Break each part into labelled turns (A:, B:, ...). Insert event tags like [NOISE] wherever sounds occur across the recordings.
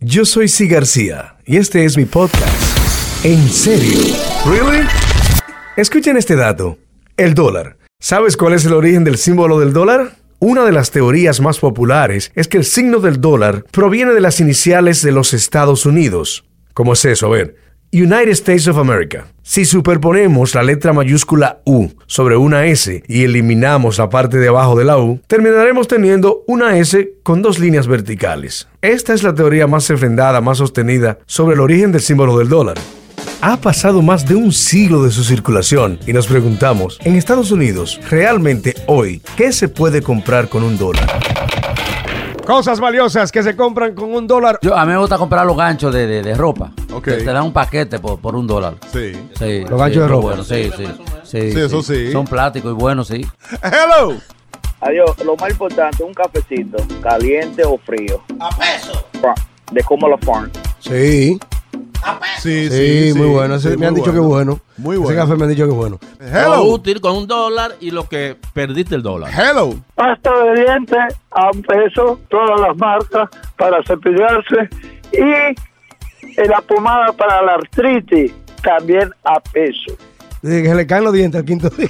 A: Yo soy Si García y este es mi podcast. En serio. ¿Really? Escuchen este dato. El dólar. ¿Sabes cuál es el origen del símbolo del dólar? Una de las teorías más populares es que el signo del dólar proviene de las iniciales de los Estados Unidos. ¿Cómo es eso? A ver. United States of America. Si superponemos la letra mayúscula U sobre una S y eliminamos la parte de abajo de la U, terminaremos teniendo una S con dos líneas verticales. Esta es la teoría más refrendada, más sostenida sobre el origen del símbolo del dólar. Ha pasado más de un siglo de su circulación y nos preguntamos, en Estados Unidos, realmente hoy, ¿qué se puede comprar con un dólar?
B: Cosas valiosas que se compran con un dólar.
C: Yo, a mí me gusta comprar los ganchos de, de- de ropa.
D: Ok.
C: Te, te dan un paquete por, por un dólar.
D: Sí.
C: Sí,
B: Los ganchos
C: sí,
B: de
C: muy
B: ropa.
C: bueno, sí, sí, sí,
D: Sí, eso sí.
C: Son plásticos y buenos, sí.
D: Hello.
E: Adiós. Lo más importante, un cafecito, caliente o frío. A peso. De Comala Farm.
B: Sí,
D: Sí,
B: sí, muy bueno. Ese-
D: sí,
B: me han
D: muy
B: dicho que es bueno.
D: Muy
B: Ese
D: bueno.
B: café me han dicho que es bueno.
F: Lo
D: Hello.
F: útil con un dólar y lo que perdiste el
C: [LAUGHS]
F: dólar.
D: Hello.
G: pasta de dientes a un peso, todas las marcas para cepillarse y la pomada para la artritis también a peso.
B: Desde que se le caen los dientes al quinto
D: [LAUGHS]
B: día.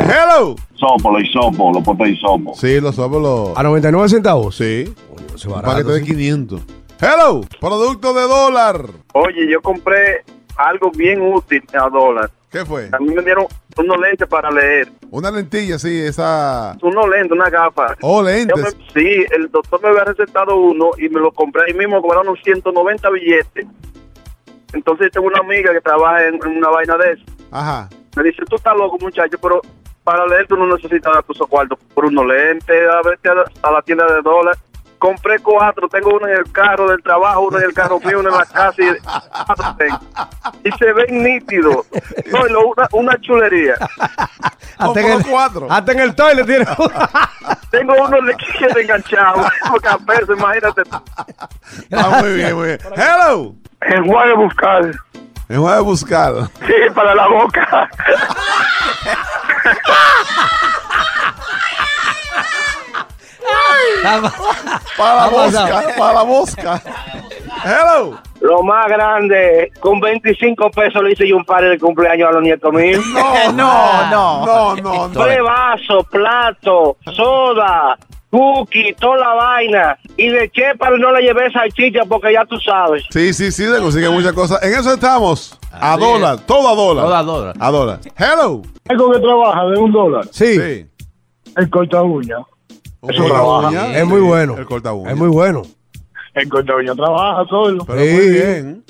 D: Hello.
H: Sopo, y sopo, lo pota y sopo.
D: Sí, los somos los.
B: A 99 centavos.
D: Sí.
B: Eso es
D: Un
B: barato,
D: paquete de
B: sí.
D: 500. Hello. Producto de dólar.
H: Oye, yo compré algo bien útil a dólar.
D: ¿Qué fue?
H: A mí me dieron unos lentes para leer.
D: Una lentilla, sí, esa.
H: Unos lentes, una gafa.
D: Oh,
H: Yo
D: lentes.
H: me- sí, el doctor me había recetado uno y me lo compré ahí mismo, cobraron 190 billetes. Entonces tengo una amiga que trabaja en, en una vaina de eso.
D: Ajá.
H: Me dice, tú estás loco muchacho, pero para leer tú no necesitas dar tus cuartos por unos lentes, a verte a la, a la tienda de dólares. Compré cuatro, tengo uno en el carro del trabajo, uno en el carro mío, uno en la casa y, cuatro tengo. y se ven nítidos. No, y lo- una, una chulería.
B: Hasta en,
D: Como
B: el,
D: cuatro.
B: hasta en el
D: [LAUGHS]
B: toilet tiene una.
H: Tengo uno en la izquierda enganchado, [LAUGHS] porque a peso, imagínate.
D: Ah, muy bien,
B: [LAUGHS]
D: muy bien. Hello.
G: Enjuague buscar,
D: Me voy a buscar.
G: sí, para la boca.
D: Para la
C: Vamos a-
D: mosca. Para la mosca.
B: [LAUGHS]
D: Hello.
G: Lo más grande, con 25 pesos le hice yo un par de cumpleaños a los nietos míos.
D: No, no, no. No, no,
G: Tres vasos, plato, soda, cookie, toda la vaina. Y de pero no le llevé salchicha porque ya tú sabes.
D: Sí, sí, sí, se consigue muchas cosas. En eso estamos. A
F: Así
D: dólar, todo a dólar.
F: Todo a dólar.
D: A dólar. Hello.
G: algo que trabaja de un dólar,
B: Sí.
D: Sí.
G: el corta uña.
D: Un
G: Eso
D: corta
G: trabaja.
D: uña.
B: Es muy
D: Sí,
B: bueno.
D: El corta uña.
B: Es muy bueno.
G: El corta uña trabaja solo.
D: Pero
B: Sí.
D: muy bien.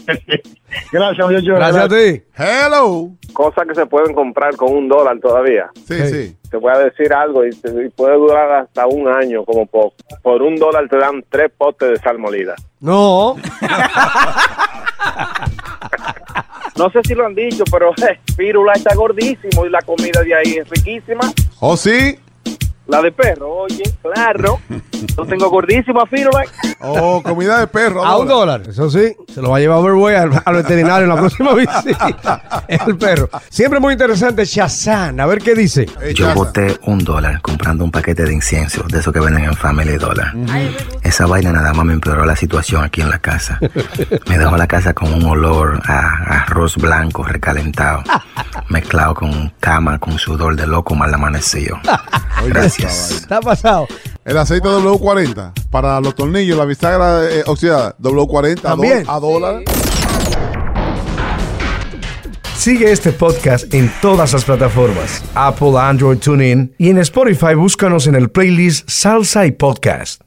G: Gracias, muchachos.
B: Gracias a ti.
D: Hello.
E: Cosas que se pueden comprar con un dólar todavía.
D: Sí,
B: Sí.
D: sí.
E: Te voy a decir algo y, te- y puede durar hasta un año como poco. Por un dólar te dan tres potes de sal molida.
B: No.
E: No sé si lo han dicho, pero [LAUGHS] eh, Pirula está gordísimo y la comida de ahí es riquísima.
D: ¿O sí?
E: La de perro, oye, claro. Yo tengo gordísimo a Firulai.
D: ¿O comida de perro?
B: A un dólar. Eso sí. Se lo va a llevar Overway al, al veterinario en
D: [LAUGHS]
B: la próxima visita. [LAUGHS] El perro. Siempre muy interesante. Shazam. A ver qué dice.
D: Eh,
I: Yo
D: chaza.
I: boté un dólar comprando un paquete de incienso, de esos que venden en Family Dollar. Esa vaina nada más me empeoró la situación aquí en la casa. Me dejó la casa con un olor a arroz blanco recalentado, mezclado con cama, con sudor de loco mal amanecido. Gracias.
B: Está pasado.
D: El aceite W40 para los tornillos, la bisagra eh, oxidada. W40 a
B: También.
D: dó- a dólar.
A: Sigue este podcast en todas las plataformas, Apple, Android, TuneIn y en Spotify búscanos en el playlist Salsa y Podcast.